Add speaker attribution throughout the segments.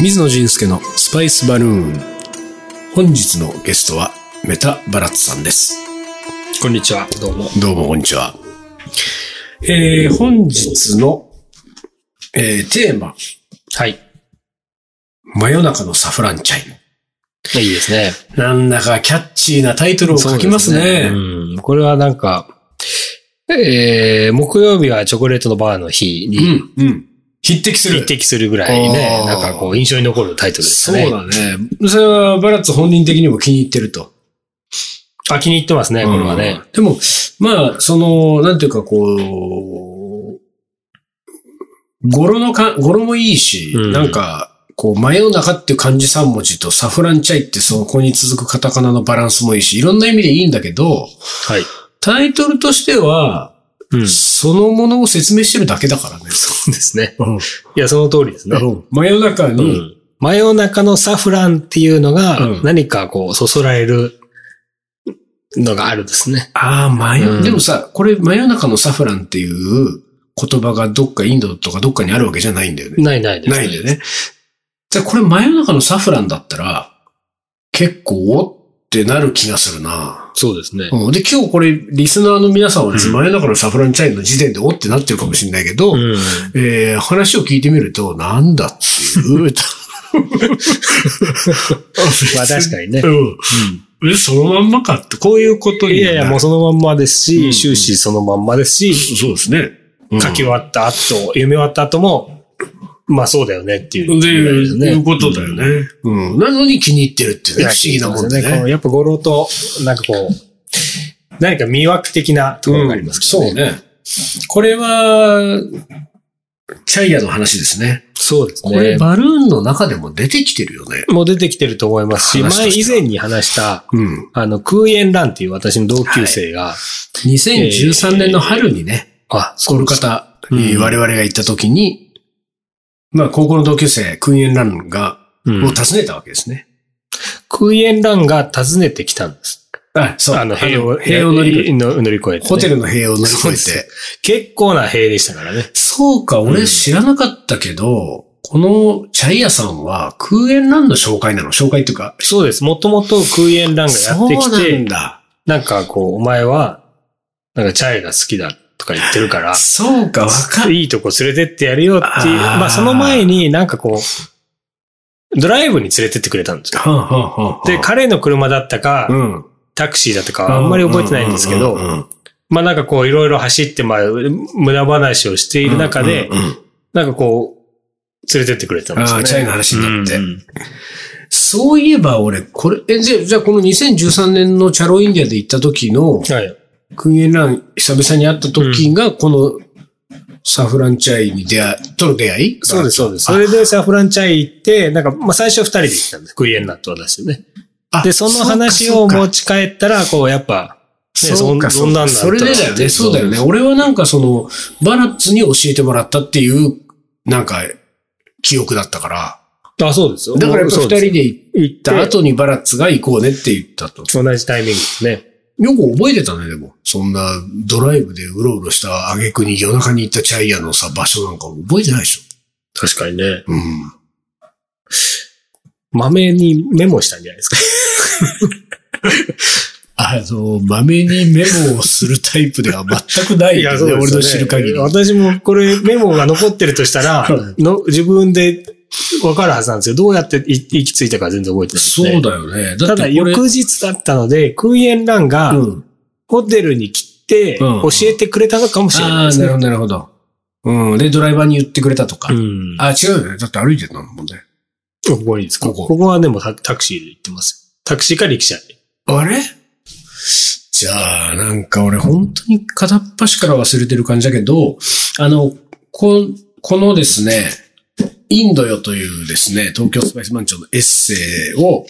Speaker 1: 水野仁介のスパイスバルーン。本日のゲストはメタバラッツさんです。
Speaker 2: こんにちは、どうも。
Speaker 1: どうもこんにちは。えー、本日の、えー、テーマ、
Speaker 2: はい。
Speaker 1: 真夜中のサフランチャイ
Speaker 2: いいですね。
Speaker 1: ム。なんだかキャッチーなタイトルを書きますね。
Speaker 2: うん。これはなんか、えー、木曜日はチョコレートのバーの日
Speaker 1: う
Speaker 2: に
Speaker 1: ん、うん。匹敵す
Speaker 2: 匹
Speaker 1: る。
Speaker 2: 敵するぐらいね
Speaker 1: あ、ー
Speaker 2: なんかこう印象に残るタイトルです
Speaker 1: そう
Speaker 2: ね。
Speaker 1: だね。それはバラッツ本人的にも気に入ってると。
Speaker 2: あ、気に入ってますね、これはね。
Speaker 1: うん。でも、まあ、その、なんていうかこう、語呂のか、語呂もいいし、
Speaker 2: うん
Speaker 1: なんか、こう、真夜中っていう漢字3文字とサフランチャイってそこに続くカタカナのバランスもいいし、いろんな意味でいいんだけど、
Speaker 2: はい。
Speaker 1: タイトルとしては、
Speaker 2: うん。そ
Speaker 1: そのものを説明してるだけだからね。
Speaker 2: うですね。いや、その通りですね。
Speaker 1: うん真夜中
Speaker 2: う
Speaker 1: に、
Speaker 2: ん。真夜中のサフランっていうの
Speaker 1: う
Speaker 2: が
Speaker 1: ん、
Speaker 2: 何かこう、そそられるのがあるですね。
Speaker 1: ああ、真夜、
Speaker 2: うん
Speaker 1: でもさ、これ真夜中のサフランっていう言葉がどっかインドとかどっかにあるわけじゃないんだよね。
Speaker 2: ないないです、
Speaker 1: ないんだよね。じゃあこれ真夜中のサフランだったら、結構おってなる気がするな。
Speaker 2: そうですね。
Speaker 1: うん、で、今日これ、リスナーの皆さんはですね、
Speaker 2: う
Speaker 1: 真夜中のサフランチャイの時点でおってなってるかもしれないけど、
Speaker 2: うん。
Speaker 1: えー、話を聞いてみると、なんだっていう。
Speaker 2: まあ確かにね。
Speaker 1: うん。え、そのまんまかって、こういうことに
Speaker 2: いやいや、もうそのまんまですし、
Speaker 1: うん
Speaker 2: 終始そのまんまですし、
Speaker 1: そうですね。うん
Speaker 2: 書き終わった後、読み終わった後も、まあそうだよねっていう。
Speaker 1: で、
Speaker 2: ですね
Speaker 1: いうことだよね。うん。なのに気に入ってるっていう
Speaker 2: い
Speaker 1: ね、
Speaker 2: や
Speaker 1: 不思議なもん
Speaker 2: そう
Speaker 1: だ
Speaker 2: ですよこ
Speaker 1: ね。
Speaker 2: のやっぱ語呂と、なんかこう、何か魅惑的なところがありますけどね。
Speaker 1: そうね。これは、チャイヤの話ですね。
Speaker 2: そうです
Speaker 1: これ、
Speaker 2: ね。
Speaker 1: バルーンの中でも出てきてるよね。
Speaker 2: もう出てきてると思いますし、
Speaker 1: 話と
Speaker 2: 前
Speaker 1: して
Speaker 2: 以
Speaker 1: は
Speaker 2: 前に話した、
Speaker 1: うん。
Speaker 2: あの、空円蘭っていう私の同級生が、
Speaker 1: 2013年の春にね、
Speaker 2: あ、
Speaker 1: コ
Speaker 2: そ
Speaker 1: ル
Speaker 2: う
Speaker 1: カタに
Speaker 2: うん
Speaker 1: 我々が行った時に、まあ、高校の同級生、クイエンランが、
Speaker 2: うん
Speaker 1: を訪ねたわけですね。
Speaker 2: 空円蘭が訪ねてきたんです。
Speaker 1: あ、そう。
Speaker 2: あの、塀を、
Speaker 1: 塀を乗り越え
Speaker 2: の乗り越えて
Speaker 1: て、
Speaker 2: ね。
Speaker 1: ホテルの塀を乗り
Speaker 2: そうで
Speaker 1: 越えて
Speaker 2: す。結構な塀でしたからね。
Speaker 1: そうか、
Speaker 2: う
Speaker 1: 俺
Speaker 2: ん
Speaker 1: 知らなかったけど、このチャイヤさんは、クイエンランの紹介なの紹介っていうか、
Speaker 2: そうです。もともと空円ランがやってき
Speaker 1: そうな
Speaker 2: て、
Speaker 1: ん
Speaker 2: な
Speaker 1: だ。
Speaker 2: んかこう、お前は、なんかチャイが好きだとか言ってるから、
Speaker 1: そうか、わかる。
Speaker 2: いいとこ連れてってやるよっていう、
Speaker 1: あー
Speaker 2: まあその前になんかこう、ドライブに連れてってくれたんですよ。
Speaker 1: はあはあはあはあ
Speaker 2: で、彼の車だったか、
Speaker 1: うん。
Speaker 2: タクシーだったかはあんまり覚えてないんですけ
Speaker 1: うう
Speaker 2: ど、
Speaker 1: ん
Speaker 2: まあなんかこういろいろ走って、まあ無駄話をしている中で、
Speaker 1: うんうんうん
Speaker 2: なんかこう、連れてってくれたんですよ
Speaker 1: あ
Speaker 2: ね。
Speaker 1: ーチャイの話になって
Speaker 2: うんうん
Speaker 1: そういえば俺、これ、え、じゃあ、じゃあこの2013年のチャロインディアで行った時の、
Speaker 2: はい。
Speaker 1: クイエンラン久々に会った時が、このサフランチャイに出会い、との出会い
Speaker 2: そうです、そうです。
Speaker 1: あ
Speaker 2: それでサフランチャイ行って、なんか、まあ、最初二人で行ったんです。クイエンナと私でね。
Speaker 1: あ
Speaker 2: で、その話を持ち帰ったら、こう、やっぱ、ね
Speaker 1: そうか、
Speaker 2: そ
Speaker 1: そ
Speaker 2: ん
Speaker 1: う
Speaker 2: な
Speaker 1: か
Speaker 2: んだ
Speaker 1: それでだよね。そうだよね。
Speaker 2: そ
Speaker 1: 俺はなんかその、バラッツに教えてもらったっていう、なんか、記憶だったから。
Speaker 2: あ、そうですよ。
Speaker 1: だからやっぱ二人
Speaker 2: そうです
Speaker 1: で行っ
Speaker 2: 行ったた
Speaker 1: 後にバラッツが行こうねって言ったと。
Speaker 2: 後、同じタイミングですね。
Speaker 1: よく覚えてたね、でも。そんな、ドライブでうろうろした挙句に夜中に行ったチャイヤのさ、場所なんか覚えてないでし
Speaker 2: 確かにね。
Speaker 1: ょ。うん。
Speaker 2: 豆にメモしたんじゃないですか。
Speaker 1: あの、豆にメモをするタイプでは全くない、ね。俺の知る限り。
Speaker 2: 私もこれメモが残ってるとしたら
Speaker 1: うん、
Speaker 2: の自分で分かるはずなんですよ。どうやってい行き着いたか全然覚えてないです
Speaker 1: そ
Speaker 2: ね。
Speaker 1: うだよね。だ
Speaker 2: た
Speaker 1: って
Speaker 2: だ
Speaker 1: これ
Speaker 2: 翌日だったので、クイエンランが、
Speaker 1: うん。
Speaker 2: ホテルに来て、
Speaker 1: うん
Speaker 2: 教えてくれたのかもしれない
Speaker 1: ああ
Speaker 2: で
Speaker 1: ー、
Speaker 2: す
Speaker 1: な
Speaker 2: ね
Speaker 1: る。ほど、なるほど。うん。で、ドライバーに言ってくれたとか。
Speaker 2: うん。
Speaker 1: あ、違うよね。だって歩いてたもんね。
Speaker 2: ここにですか
Speaker 1: こ
Speaker 2: こ
Speaker 1: こ
Speaker 2: こはでもタタクシーで行ってます。タクシーか力車で。
Speaker 1: あれじゃあ、なんか俺本当に片っ端から忘れてる感じだけど、あの、こ、このですね、インドよというですね、東京スパイス番長のエッセイを、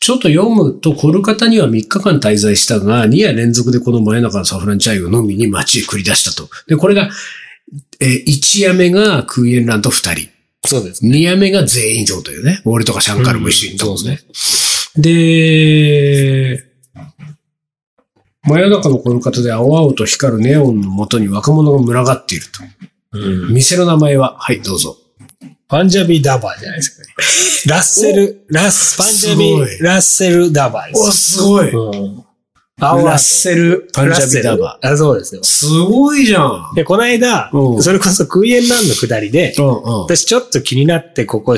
Speaker 1: ちょっと読むと、コルカタには3日間滞在したが、2夜連続でこの真夜中のサフランチャイを飲みに街へ繰り出したと。で、これが、えー、1夜目がクイエンランと2人。
Speaker 2: そうです。
Speaker 1: 二夜目が全員上というね。俺とかシャンカルも一緒にいたもん
Speaker 2: うんそう
Speaker 1: ね。で、真夜中のこの方で青々と光るネオンのもとに若者が群がっていると。
Speaker 2: うん。
Speaker 1: 店の名前は、はい、どうぞ。
Speaker 2: パンジャビダバーじゃないですかね。 ラッセル、ラッス、パンジャビ
Speaker 1: すごい、
Speaker 2: ラッセルダバーで
Speaker 1: お、
Speaker 2: す。
Speaker 1: すごい。
Speaker 2: うん。青
Speaker 1: ラッセル・パンジャビダバ
Speaker 2: ー。あ、そうですよ
Speaker 1: ー。。すごいじゃん。
Speaker 2: で、この間、
Speaker 1: うん
Speaker 2: それこそクイエンランの下りで、
Speaker 1: うんうん。
Speaker 2: 私ちょっと気になって、ここ、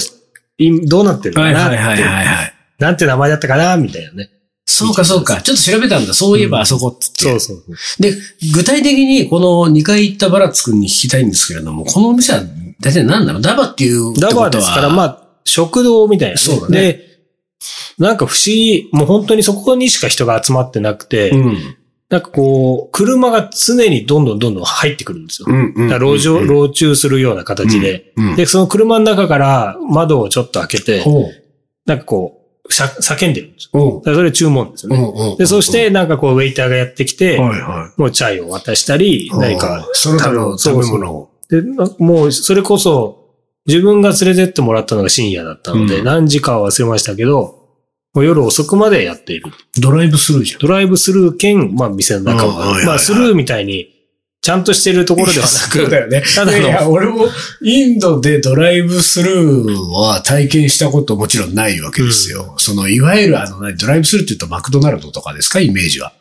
Speaker 2: いどうなってるの
Speaker 1: は
Speaker 2: か
Speaker 1: いはい
Speaker 2: な
Speaker 1: は
Speaker 2: っ
Speaker 1: い
Speaker 2: て、
Speaker 1: はいはい。
Speaker 2: なんて名前だったかなみたいなね。
Speaker 1: そうかそうか。ちょっと調べたんだ。そういえばあそこっつって。
Speaker 2: そうそう。
Speaker 1: で、具体的にこの2回行ったバラッツ君に聞きたいんですけれども、このお店は大体何なのダバっていうってこ
Speaker 2: ダ
Speaker 1: とは。
Speaker 2: バーですから、ま
Speaker 1: あ。
Speaker 2: あ、食堂みたいな、
Speaker 1: そうだね
Speaker 2: で、なんか不思議、もう本当にそこにしか人が集まってなくて、
Speaker 1: うん。
Speaker 2: なんかこう、車が常にどんどんどんどん入ってくるんですよ。
Speaker 1: うんうん。
Speaker 2: だから路上、
Speaker 1: うん
Speaker 2: 路中するような形で。。
Speaker 1: うん
Speaker 2: で、その車の中から窓をちょっと開けて、
Speaker 1: ほう。
Speaker 2: なんかこう、しゃ叫んでるんですよ。
Speaker 1: おう
Speaker 2: だからそれ注文ですよね。
Speaker 1: おう
Speaker 2: で、そし、てなんかこう、ウェイターがやってきて、
Speaker 1: はいは
Speaker 2: もうチャイを渡したり、
Speaker 1: い。
Speaker 2: 何か、、
Speaker 1: その他の食べ物を。
Speaker 2: で、なもう、それこそ、自分が連れてってもらったのが深夜だったので、
Speaker 1: うん
Speaker 2: 何時かは忘れましたけど、もう夜遅くまでやっている。
Speaker 1: ドライブスルーじゃん。
Speaker 2: ドライブスルー兼、まあ店の中
Speaker 1: うんはいはいは
Speaker 2: は、
Speaker 1: い
Speaker 2: まあスルーみたいに、ちゃんとしてるところでは
Speaker 1: そうだ
Speaker 2: なく、
Speaker 1: よね。
Speaker 2: ただ の
Speaker 1: いや、俺もインドでドライブスルーは体験したこともちろんないわけですよ。その、いわゆるあの、何ドライブスルーって言うとマクドナルドとかですかイメージは。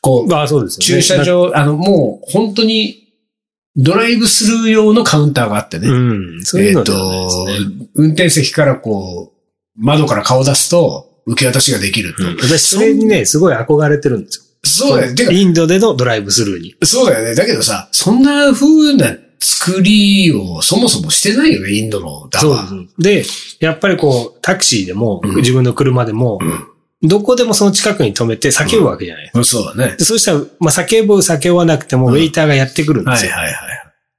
Speaker 1: こう、
Speaker 2: まあそうですよ
Speaker 1: 駐
Speaker 2: ね。
Speaker 1: 車場、あの、もう本当にドライブスルー用のカウンターがあってね。
Speaker 2: うん。そういう
Speaker 1: えっ、
Speaker 2: の
Speaker 1: と
Speaker 2: ではないですね、
Speaker 1: 運転席からこう、窓から顔出すと、受け渡しができると。
Speaker 2: うん私、それにね、すごい憧れてるんですよ。
Speaker 1: そうだよね。てか
Speaker 2: インドでのドライブスルーに。
Speaker 1: そうだよね。だけどさ、そんな風な作りをそもそもしてないよね、インドのダ
Speaker 2: そう
Speaker 1: バー。
Speaker 2: です。で、やっぱりこう、タクシーでも、
Speaker 1: うん
Speaker 2: 自分の車でも、どこでもその近くに止めて叫ぶわけじゃない。
Speaker 1: そうそうだね。
Speaker 2: でそうしたら、まあ、叫ぶ、叫ばなくても、
Speaker 1: う
Speaker 2: ウ
Speaker 1: ん
Speaker 2: ェイターがやってくるんで
Speaker 1: は
Speaker 2: す
Speaker 1: い
Speaker 2: よ。
Speaker 1: はいはい。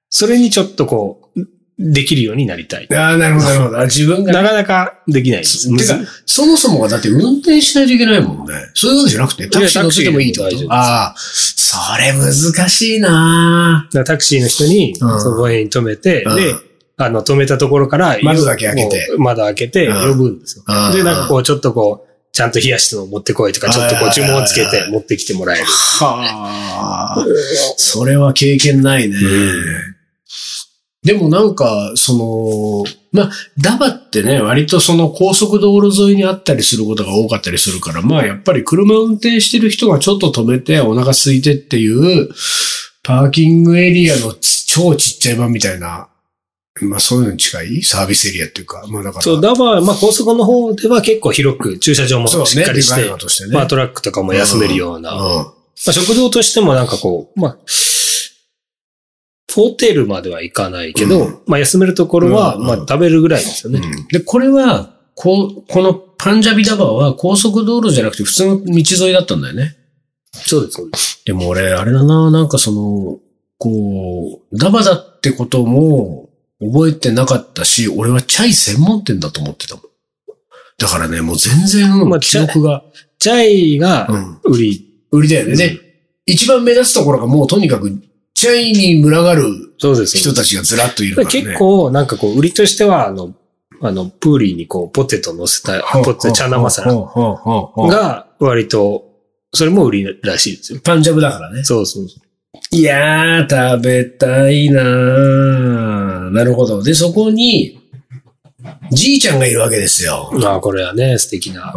Speaker 2: それにちょっとこう、できるようになりたい。
Speaker 1: ああ、なるほど、なるほど。あ自分
Speaker 2: な
Speaker 1: が。
Speaker 2: かなかできないです。
Speaker 1: てか
Speaker 2: むず、
Speaker 1: そもそもがだって運転しないといけないもんね。そういうことじゃなくて、タクシー乗せてもいいってこ
Speaker 2: いやタクシーで
Speaker 1: と
Speaker 2: も
Speaker 1: ああ、それ難しいな
Speaker 2: だからタクシーの人に、そ
Speaker 1: うん
Speaker 2: の辺に止めて、
Speaker 1: うん
Speaker 2: で、あの、止めたところから、
Speaker 1: 窓だけ開けて
Speaker 2: もう窓開けて、
Speaker 1: うん
Speaker 2: 呼ぶんですよ。
Speaker 1: うん
Speaker 2: で、なんかこう、ちょっとこう、ちゃんと冷やしてのを持ってこいとか、ちょっとこう、注文をつけ
Speaker 1: はいはい
Speaker 2: て持ってきてもらえる。
Speaker 1: はあ、それは経験ないね。でもなんか、その、まあ、ダバってね、割とその高速道路沿いにあったりすることが多かったりするから、まあやっぱり車運転してる人がちょっと止めてお腹空いてっていう、パーキングエリアのち超ちっちゃい版みたいな、まあそういうのに近いサービスエリアっていうか、まあだから、
Speaker 2: そう、ダバー、まあ、高速の方では結構広く、駐車場も
Speaker 1: そう
Speaker 2: しっ
Speaker 1: ね、
Speaker 2: か
Speaker 1: デ
Speaker 2: りし
Speaker 1: ザイ
Speaker 2: て
Speaker 1: ナー、としてね。
Speaker 2: まあ、トラックとかも休めるような、
Speaker 1: うん
Speaker 2: まあ、食堂としてもなんかこう、まあ、ホテルまでは行かないけど、
Speaker 1: う
Speaker 2: まあ休めるところは、
Speaker 1: うん
Speaker 2: まあ食べるぐらいですよね。
Speaker 1: で、これは、こう、このパンジャビダバーは高速道路じゃなくて普通の道沿いだったんだよね。
Speaker 2: そうです、そうです。
Speaker 1: でも俺、あれだな、なんかその、こう、ダバだってことも覚えてなかったし、俺はチャイ専門店だと思ってたもん。だからね、もう全然
Speaker 2: まあ
Speaker 1: 記憶が、
Speaker 2: チャイが
Speaker 1: うん、
Speaker 2: 売り。
Speaker 1: 売りだよね。
Speaker 2: う
Speaker 1: で、一番目立つところがもうとにかく、チャイに群がる
Speaker 2: そうです、
Speaker 1: 人たちがずらっといるからね。
Speaker 2: 結構、なんかこう、売りとしては、あの、あの、プーリーにこう、ポテト乗せた、ポテト、チャナマサラ
Speaker 1: ほうほうほうほうほう
Speaker 2: が、割と、それも売りらしいですよ。
Speaker 1: パンジャブだからね。
Speaker 2: そうそうそう。
Speaker 1: いやー、食べたいなー。なるほど。で、そこに、じいちゃんがいるわけですよ。
Speaker 2: まあ、これはね、素敵な。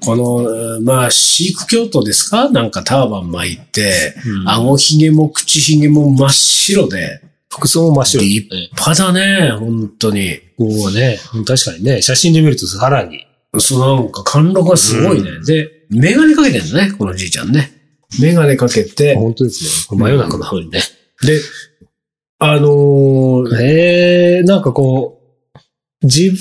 Speaker 1: この、まあ、シーク教徒ですかなんかターバン巻いて、
Speaker 2: うん
Speaker 1: 顎ひげも口ひげも真っ白で、
Speaker 2: 服装も真っ白
Speaker 1: 立
Speaker 2: ね。
Speaker 1: 派だね、本当に。
Speaker 2: こうね、確かにね、写真で見るとさらに、
Speaker 1: そう、なんか貫禄がすごいね。で、メガネかけてるんだね、このじいちゃんね。メガネかけて、
Speaker 2: 本当ですね。真夜中の方にね。
Speaker 1: で、あのー
Speaker 2: ええなんかこう、じ、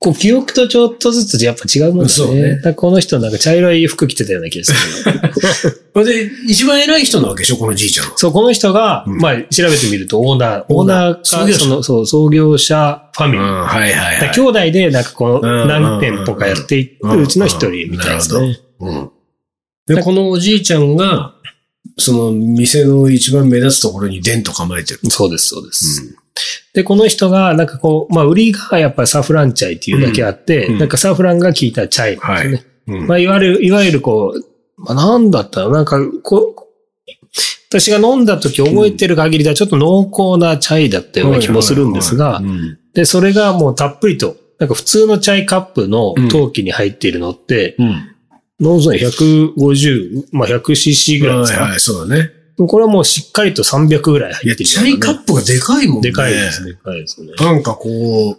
Speaker 2: こう、記憶とちょっとずつやっぱ違うもんだ
Speaker 1: そう
Speaker 2: ね。
Speaker 1: ね
Speaker 2: なんかこの人なんか茶色い服着てたような気がする。
Speaker 1: それで、一番偉い人なわけでしょ、このじいちゃんは。
Speaker 2: そう、この人が、
Speaker 1: うん
Speaker 2: まあ、調べてみるとオーナー、オ
Speaker 1: オ
Speaker 2: ー
Speaker 1: ー
Speaker 2: ナ
Speaker 1: ナー
Speaker 2: ーか、
Speaker 1: 創業者
Speaker 2: その、そう、創業者ファミリー。
Speaker 1: うん、はいはい
Speaker 2: だから
Speaker 1: はい。
Speaker 2: 兄弟で、なんかこう、
Speaker 1: うん
Speaker 2: 何店舗かやっていって
Speaker 1: うん
Speaker 2: るうちの一人みたいです
Speaker 1: うんな
Speaker 2: ね。
Speaker 1: うん、で、このおじいちゃんが、その店の一番目立つところにデンと構えてる。
Speaker 2: そうです、そうです。で、この人が、なんかこう、まあ、売りがやっぱりサフランチャイっていうだけあって、
Speaker 1: うんうん
Speaker 2: なんかサフランが効いたチャイなんですよね。
Speaker 1: うん。
Speaker 2: まあ、いわゆる、いわゆるこう、まあ、なんだったら、なんか、こう、私が飲んだ時覚えてる限りではちょっと濃厚なチャイだったような気もするんですが
Speaker 1: う、ん。
Speaker 2: で、それがもうたっぷりと、なんか普通のチャイカップの陶器に入っているのって、
Speaker 1: うん。
Speaker 2: ノンゾン150、まあ 100cc ぐらいですか、
Speaker 1: はいはい、そうだね。
Speaker 2: これはもうしっかりと300ぐらい
Speaker 1: い
Speaker 2: 入
Speaker 1: や、
Speaker 2: ってる
Speaker 1: チ
Speaker 2: よう
Speaker 1: ャ
Speaker 2: なね、
Speaker 1: イカップがでかいもんね。
Speaker 2: でかいですね。でかいですね。
Speaker 1: なんかこう、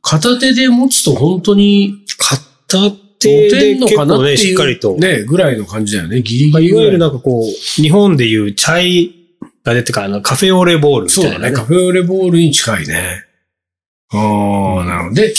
Speaker 1: 片手で持つと本当に、
Speaker 2: 片手
Speaker 1: 持て
Speaker 2: で
Speaker 1: んの
Speaker 2: 結
Speaker 1: かなって
Speaker 2: 構
Speaker 1: い
Speaker 2: ね、
Speaker 1: う。
Speaker 2: しっかりと。
Speaker 1: ね、ぐらいの感じだよね。ギリギ
Speaker 2: まあ、
Speaker 1: リ
Speaker 2: い
Speaker 1: ぐ
Speaker 2: わ
Speaker 1: らい。
Speaker 2: ゆるなんかこう、日本でいうチャイが出てから、あの、カフェオレボールみ
Speaker 1: そう
Speaker 2: た
Speaker 1: だ
Speaker 2: いな、
Speaker 1: ね。
Speaker 2: ね。
Speaker 1: カフェオレボールに近いね。ああ、なるほど。で、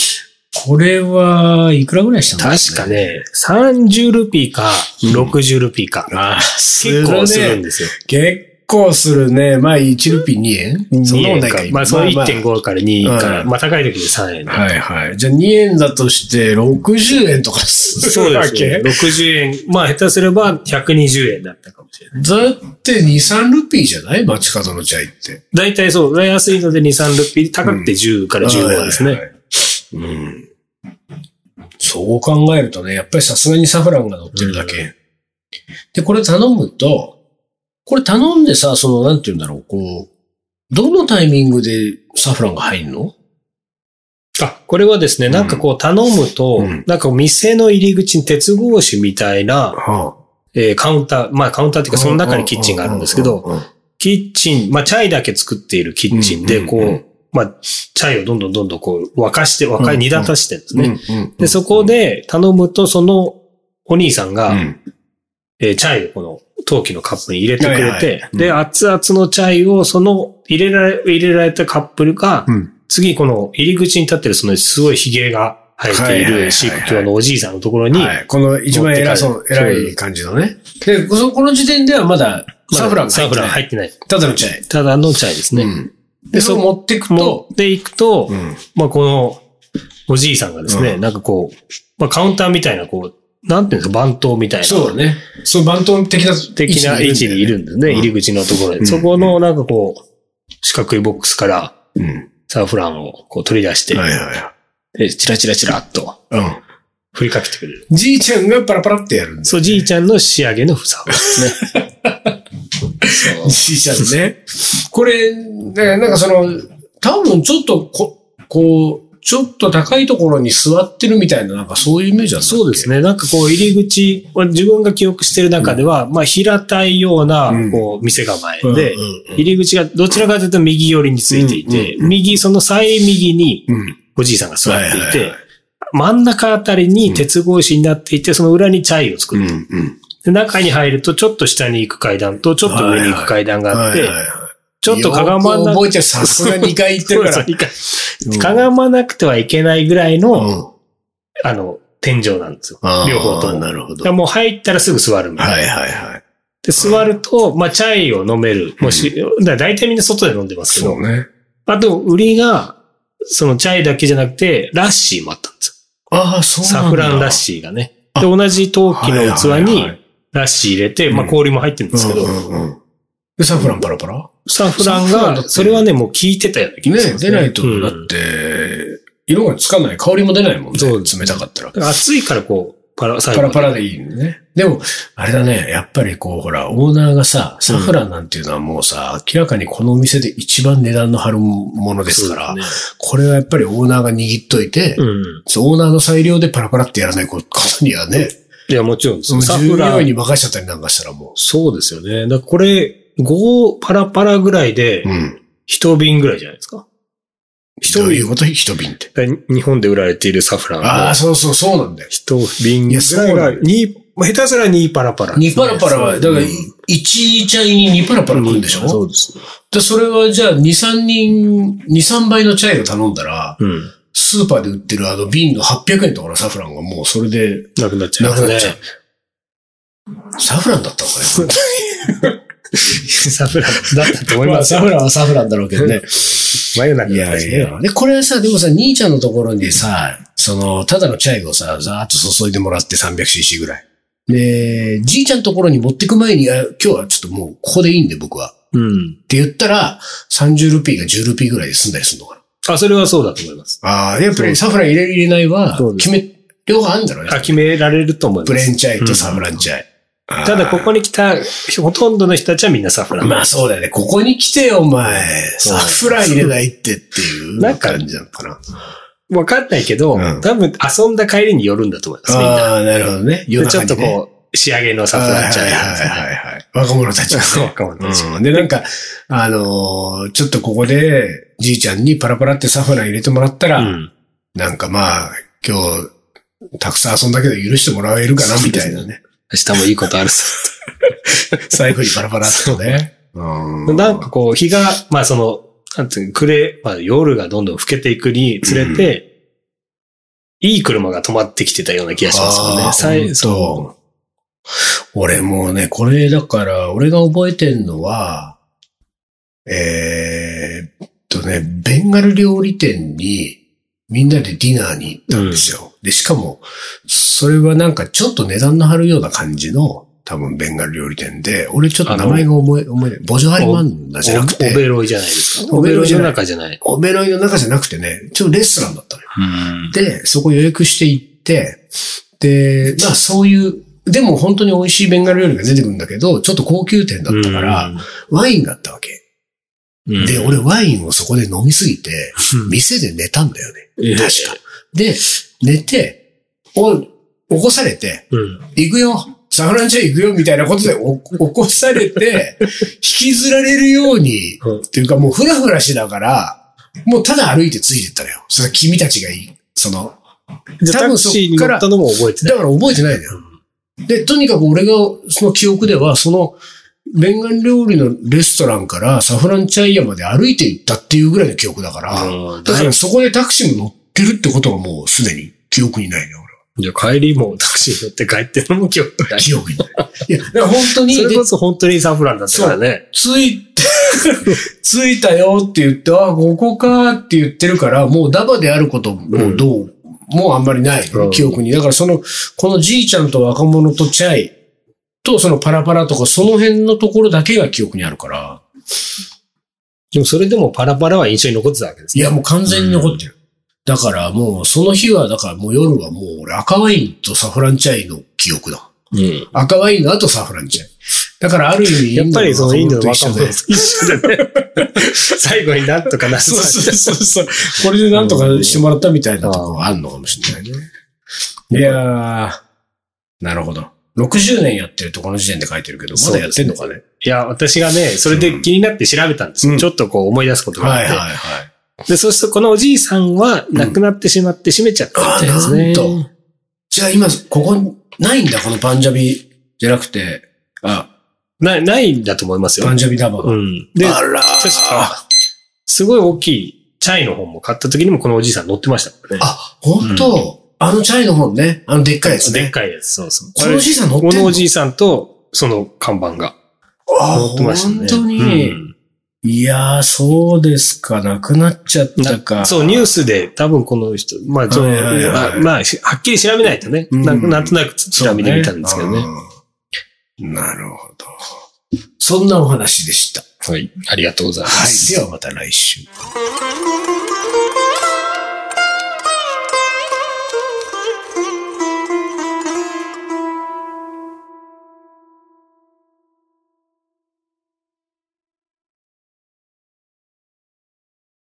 Speaker 1: これはいくらぐらいしたの
Speaker 2: 確か。ね、30ルピーか、60ルピーか。
Speaker 1: ああ、す
Speaker 2: 結構するんですよ。
Speaker 1: 結構するね。まあ、1ルピー2円そんなもんないか
Speaker 2: 2円。まあ、そう
Speaker 1: まあま
Speaker 2: 1.5から2から、
Speaker 1: うん
Speaker 2: まあ、高い時で3円。
Speaker 1: あはいはい。じゃあ2円だとして60円とかす
Speaker 2: そう
Speaker 1: る
Speaker 2: で
Speaker 1: わ
Speaker 2: す
Speaker 1: け
Speaker 2: ね。60円。まあ、下手すれば120円だったかもしれない。
Speaker 1: だって2、3ルピーじゃない街角のチャイって。
Speaker 2: 大体そう、安いので2、3ルピー、高くて10から15です
Speaker 1: はい
Speaker 2: ね。
Speaker 1: はいはい。うん。そう考えるとね、やっぱりさすがにサフランが乗ってるだけ。で、これ頼むと、これ頼んでさ、その、なんて言うんだろう、こう、どのタイミングでサフランが入るの
Speaker 2: あ、これはですね、なんかこう頼むと、
Speaker 1: うん
Speaker 2: なんか店の入り口に鉄格子みたいな、
Speaker 1: は
Speaker 2: えーカウンター、まあカウンターっていうかその中にキッチンがあるんですけど、
Speaker 1: うん、
Speaker 2: キッチン、まあチャイだけ作っているキッチン
Speaker 1: う
Speaker 2: で、
Speaker 1: ん
Speaker 2: こ
Speaker 1: うんう
Speaker 2: う、まあチャイをどんどんどんどんこう沸かして、沸
Speaker 1: うんう
Speaker 2: か
Speaker 1: ん
Speaker 2: 煮立たしてるんですね。
Speaker 1: ね
Speaker 2: で、そこ、で頼むと、そのお兄さん
Speaker 1: う
Speaker 2: が、
Speaker 1: ん
Speaker 2: えーチャイをこの陶器のカップに入れてくれて、
Speaker 1: はいはいうん
Speaker 2: で、熱々のチャイをその入れられ、入れられたカップルが、
Speaker 1: うん
Speaker 2: 次この入り口に立ってるそのすごい髭が生えてい
Speaker 1: はいはいはいはい
Speaker 2: るシーク教のおじいさんのところに、
Speaker 1: はい、この一番偉そう、
Speaker 2: 持って帰
Speaker 1: 偉
Speaker 2: る
Speaker 1: い感じのね。で、このこの時点ではまだ
Speaker 2: まだ
Speaker 1: サフランが
Speaker 2: サ
Speaker 1: 入っ
Speaker 2: フ
Speaker 1: て
Speaker 2: ラ
Speaker 1: な
Speaker 2: ン
Speaker 1: い。
Speaker 2: 入ってない。
Speaker 1: ただのチャイ。
Speaker 2: ただのチャイですね。
Speaker 1: うんで、そう持ってく
Speaker 2: 持
Speaker 1: と、
Speaker 2: っていくと、
Speaker 1: ん、
Speaker 2: まあこのおじいさんがですね、
Speaker 1: うん
Speaker 2: なんかこう、まあカウンターみたいなこう、なんていうんですか、番頭みたいな。
Speaker 1: そうだね。そう、バントン的な
Speaker 2: 的な位置にいるんですね、
Speaker 1: うん
Speaker 2: 入り口のところで。
Speaker 1: うん
Speaker 2: そこのなんかこう、四角いボックスから、
Speaker 1: うん。
Speaker 2: サーフランをこう取り出して、
Speaker 1: はいは
Speaker 2: で、チラチラチラっと
Speaker 1: いはい。
Speaker 2: 振りかけてくれる。
Speaker 1: うん。じいちゃんがパラパラってやるんです。
Speaker 2: そう、じいちゃんの仕上げのサーフランですね。そう
Speaker 1: じいちゃんね。これ、ね、なんかその、多分ちょっとこ、こう、ちょっと高いところに座ってるみたいな、なんかそういうイメージなんだっけ
Speaker 2: そうですね。 なんかこう、入り口、自分が記憶してる中では、まあ、平たいような
Speaker 1: うん、
Speaker 2: こう、店構
Speaker 1: うん
Speaker 2: えで、入り口がどちらかというと右寄りについていて、右、その最右に
Speaker 1: うん。うん。
Speaker 2: おじいさんが座ってい
Speaker 1: はいはい
Speaker 2: て
Speaker 1: はい、
Speaker 2: 真ん中あたりに鉄格子になっていて、その裏にチャイを作
Speaker 1: う
Speaker 2: る。
Speaker 1: ん。うん。
Speaker 2: で中に入ると、ちょっと下に行く階段と、ちょっと上に行く階段があっ
Speaker 1: はい
Speaker 2: て
Speaker 1: はい、はい
Speaker 2: ちょっとかがま
Speaker 1: よ
Speaker 2: な
Speaker 1: く覚えてるさすが2回行ってるか
Speaker 2: そ
Speaker 1: ら
Speaker 2: う。そうかがまなくてはいけないぐらいの、
Speaker 1: うん
Speaker 2: あの、天井なんですよ。
Speaker 1: あー
Speaker 2: 両方とも。
Speaker 1: なるほ
Speaker 2: だ
Speaker 1: ど
Speaker 2: からもう入ったらすぐ座るみたいな。
Speaker 1: はいはいはい。
Speaker 2: で、座ると、まあ、チャイを飲める。もし、だから大体みんな外で飲んでますけど。
Speaker 1: ね。
Speaker 2: あと、売りが、そのチャイだけじゃなくて、ラッシーもあったんです
Speaker 1: ああ、そう
Speaker 2: よ。
Speaker 1: なんだ。
Speaker 2: サフランラッシーがね。で、同じ陶器の器
Speaker 1: はいはい
Speaker 2: に
Speaker 1: はい
Speaker 2: ラッシー入れて、まあ、
Speaker 1: うん
Speaker 2: 氷も入ってるんですけど、
Speaker 1: うんうんうんで、サフランパラパラ
Speaker 2: サフラ
Speaker 1: サ
Speaker 2: ン
Speaker 1: フランだっ
Speaker 2: が、
Speaker 1: て
Speaker 2: それはね、もう効いてたような気がし
Speaker 1: ね、
Speaker 2: ます
Speaker 1: 出ないと、
Speaker 2: うん
Speaker 1: だって、色がつかない、香りも出ないもんね。
Speaker 2: そう
Speaker 1: 冷たかったら。
Speaker 2: だから暑いからこう、パラ、最
Speaker 1: パラ
Speaker 2: 後まで
Speaker 1: パラでいいのね。でも、あれだね、やっぱりこう、ほら、オーナーがさ、サフランなんていうのはもうさ、明らかにこのお店で一番値段の張るものですから、
Speaker 2: そうですね
Speaker 1: これはやっぱりオーナーが握っといて、
Speaker 2: うん。
Speaker 1: そうオーナーの裁量でパラパラってやらないことにはね、
Speaker 2: いや、もちろんです
Speaker 1: そ
Speaker 2: よ。
Speaker 1: の
Speaker 2: サ
Speaker 1: 従
Speaker 2: フラ
Speaker 1: 業員
Speaker 2: ン。
Speaker 1: に任せちゃったりなんかしたらも
Speaker 2: そうですよね。だからこれ、5パラパラぐらいで
Speaker 1: う、、うん。
Speaker 2: 一瓶ぐらいじゃないですか。一
Speaker 1: どうい
Speaker 2: 瓶
Speaker 1: う。こと一瓶って。
Speaker 2: だから日本で売られているサフラン
Speaker 1: ああ、
Speaker 2: の
Speaker 1: そうそう、そうなんだよ。
Speaker 2: 一瓶
Speaker 1: い
Speaker 2: ぐ
Speaker 1: やそう
Speaker 2: ら
Speaker 1: ないんだ
Speaker 2: が、2、まあ下手すら2パラパラ。
Speaker 1: 2パラパラは、だから、1チャイに2パラパラ来るんでしょ
Speaker 2: そうです。
Speaker 1: で、それはじゃあ2、3人、2、3倍のチャイを頼んだら、
Speaker 2: うん。
Speaker 1: スーパーで売ってるあの瓶の800円とかのサフランがもうそれで
Speaker 2: なくなっちゃい
Speaker 1: な
Speaker 2: ま
Speaker 1: くな
Speaker 2: すね
Speaker 1: っちゃ。う。サフランだったのかね。
Speaker 2: サフランだったと思いますよ。
Speaker 1: フランはサフランだろうけ
Speaker 2: どね。真夜中
Speaker 1: い
Speaker 2: だった
Speaker 1: や
Speaker 2: し
Speaker 1: い
Speaker 2: ね。
Speaker 1: や。で、これはさ、でもさ、兄ちゃんのところにさ、その、ただのチャイをさ、ざーっと注いでもらって 300cc ぐらい。で、じいちゃんのところに持ってく前に、あ今日はちょっともうここでいいんで僕は。
Speaker 2: うん。
Speaker 1: って言ったら、30ルピーが10ルピーぐらいで済んだりするのかな。
Speaker 2: あ、それはそうだと思います。
Speaker 1: ああ、やっぱりサフラン入れる入れないは
Speaker 2: そう、で
Speaker 1: 決め、両方あるんだろうね。
Speaker 2: あ、決められると思い
Speaker 1: プ
Speaker 2: ま
Speaker 1: レー
Speaker 2: す。
Speaker 1: ンチャイとサフランチャイ。
Speaker 2: ただここに来た、ほとんどの人たちはみんなサフラン。
Speaker 1: まあそうだよね。ここに来てよ、お前。サフラン入れないってっていう
Speaker 2: なんか
Speaker 1: 感じなのかな。
Speaker 2: わかんないけど、
Speaker 1: うん
Speaker 2: 多分遊んだ帰りによるんだと思います、みんな。
Speaker 1: ああ、なるほどね。
Speaker 2: でちょっと
Speaker 1: う、
Speaker 2: こう、仕上げのサフランじゃないです
Speaker 1: はいはいはいはい。若者たちがね。
Speaker 2: 若者たち
Speaker 1: うんで、なんか、あのーちょっとここで、じいちゃんにパラパラってサフラン入れてもらったら、
Speaker 2: うん。
Speaker 1: なんかまあ、今日、たくさん遊んだけど許してもらえるかな、みたいなね。
Speaker 2: 明日もいいことあ るぞ。
Speaker 1: 最後にパラパラっとね。うん
Speaker 2: なんかこう、日が、まあその、なんていうの暮れ、まあ夜がどんどん更けていくにつれて、いい車が止まってきてたような気がしますもん
Speaker 1: あー
Speaker 2: ね。最そ
Speaker 1: ほんと俺もうね、これだから、俺が覚えてんのは、えーっとね、ベンガル料理店に、みんなでディナーに行ったんですよ。で、しかも、それはなんかちょっと値段の張るような感じの、多分ベンガル料理店で、俺ちょっと名前が思い、思い出、ボジョハリマンダじゃなく
Speaker 2: う。オ
Speaker 1: て、
Speaker 2: ベロイじゃないですか。
Speaker 1: オ
Speaker 2: オ
Speaker 1: ベ
Speaker 2: ベ
Speaker 1: ロ
Speaker 2: ロ
Speaker 1: イ
Speaker 2: イ
Speaker 1: じゃ
Speaker 2: の
Speaker 1: ない
Speaker 2: 中じゃない。
Speaker 1: オベロイの中じゃなくてね、ちょっとレストランだったのよ。
Speaker 2: うん。
Speaker 1: で、そこ予約して行って、で、まあそういう、でも本当に美味しいベンガル料理が出てくるんだけど、ちょっと高級店だったから、ワインがあったわけ。
Speaker 2: うん、
Speaker 1: で、俺ワインをそこで飲みすぎて、
Speaker 2: うん、
Speaker 1: 店で寝たんだよね。
Speaker 2: ええ
Speaker 1: 確か。で、寝て、お、起こされて、
Speaker 2: うん。
Speaker 1: 行くよサフランチェ行くよみたいなことでお起こされ て、引きずられるように、
Speaker 2: うん
Speaker 1: っていうかもうフラフラしながら、もうただ歩いてついてったのよ。それは君たちがいい。その、
Speaker 2: じゃ
Speaker 1: 多
Speaker 2: あタ
Speaker 1: 分
Speaker 2: ク
Speaker 1: そっから
Speaker 2: シーに乗ったのも覚えてない。
Speaker 1: だから覚えてないのよ。で、とにかく俺が、その記憶では、その、ベンガン料理のレストランからサフランチャイヤまで歩いて行ったっていうぐらいの記憶だから、
Speaker 2: うん
Speaker 1: だからそこでタクシーも乗ってるってことはもうすでに記憶にないのよ、
Speaker 2: じゃあ帰りもタクシーに乗って帰ってるのも記憶
Speaker 1: 俺
Speaker 2: な
Speaker 1: は。
Speaker 2: い。
Speaker 1: 記憶 にない。いや、だから本当に、
Speaker 2: それ
Speaker 1: で
Speaker 2: こそ本当にサフランだったからね。
Speaker 1: 着いて、 着いたよって言って、あ、ここかって言ってるから、もうダバであることもどう、もうあんまりない、
Speaker 2: うん
Speaker 1: 記憶に。だからその、このじいちゃんと若者とチャイとそのパラパラとか、その辺のところだけが記憶にあるから、
Speaker 2: でもそれでもパラパラは印象に残ってたわけです
Speaker 1: い
Speaker 2: ね。
Speaker 1: や、もう完全に残ってる。だからもう、その日は、だからもう夜はもう俺赤ワインとサフランチャイの記憶だ。
Speaker 2: うん。
Speaker 1: 赤ワインの後サフランチャイ。だからある意味、
Speaker 2: やっぱりそのインドの若者
Speaker 1: と
Speaker 2: と
Speaker 1: 一緒で
Speaker 2: 一緒でね。最後になんとかな
Speaker 1: そう
Speaker 2: す
Speaker 1: そうそうそう。これでなんとかしてもらったみたいなとこがあるのかもしれないね。いやー、なるほど。60年やってるとこの時点で書いてるけど、まだやってんのかね。
Speaker 2: いや、私がね、それで気になって調べたんですよ。
Speaker 1: うん
Speaker 2: ちょっとこう思い出すことがあっ
Speaker 1: は
Speaker 2: て。
Speaker 1: いはいはい。
Speaker 2: で、そうするとこのおじいさんは亡くなってしまって閉めちゃったみたいですね。
Speaker 1: あなんじゃあ今、ここに、ないんだ、このパンジャビじゃなくて、あ、
Speaker 2: なないんだと思いますよ
Speaker 1: パ。ンジャビダバ
Speaker 2: う
Speaker 1: が。
Speaker 2: ん。で、
Speaker 1: あらー
Speaker 2: 確か、すごい大きいチャイの本も買った時にもこのおじいさん乗ってましたからね。
Speaker 1: あ、本当、あのチャイの本ね。あのでっかいやつ
Speaker 2: でっ
Speaker 1: ね。
Speaker 2: かいやつ。そうそう。
Speaker 1: このおじいさん乗ってんの
Speaker 2: このおじいさんと、その看板が
Speaker 1: あ
Speaker 2: 乗ってましたね。
Speaker 1: 本当に、
Speaker 2: うん
Speaker 1: いやー、そうですか。なくなっちゃったか。
Speaker 2: そう、ニュースで多分この人、まあ、その
Speaker 1: はいはいはい
Speaker 2: まあ、まあしはっきり調べないとね、
Speaker 1: うん
Speaker 2: なんなんとなく調べてみたんですけどね。
Speaker 1: うん。なるほど。そんなお話でした。
Speaker 2: はい、ありがとうございま
Speaker 1: はい
Speaker 2: す。。
Speaker 1: ではまた来週。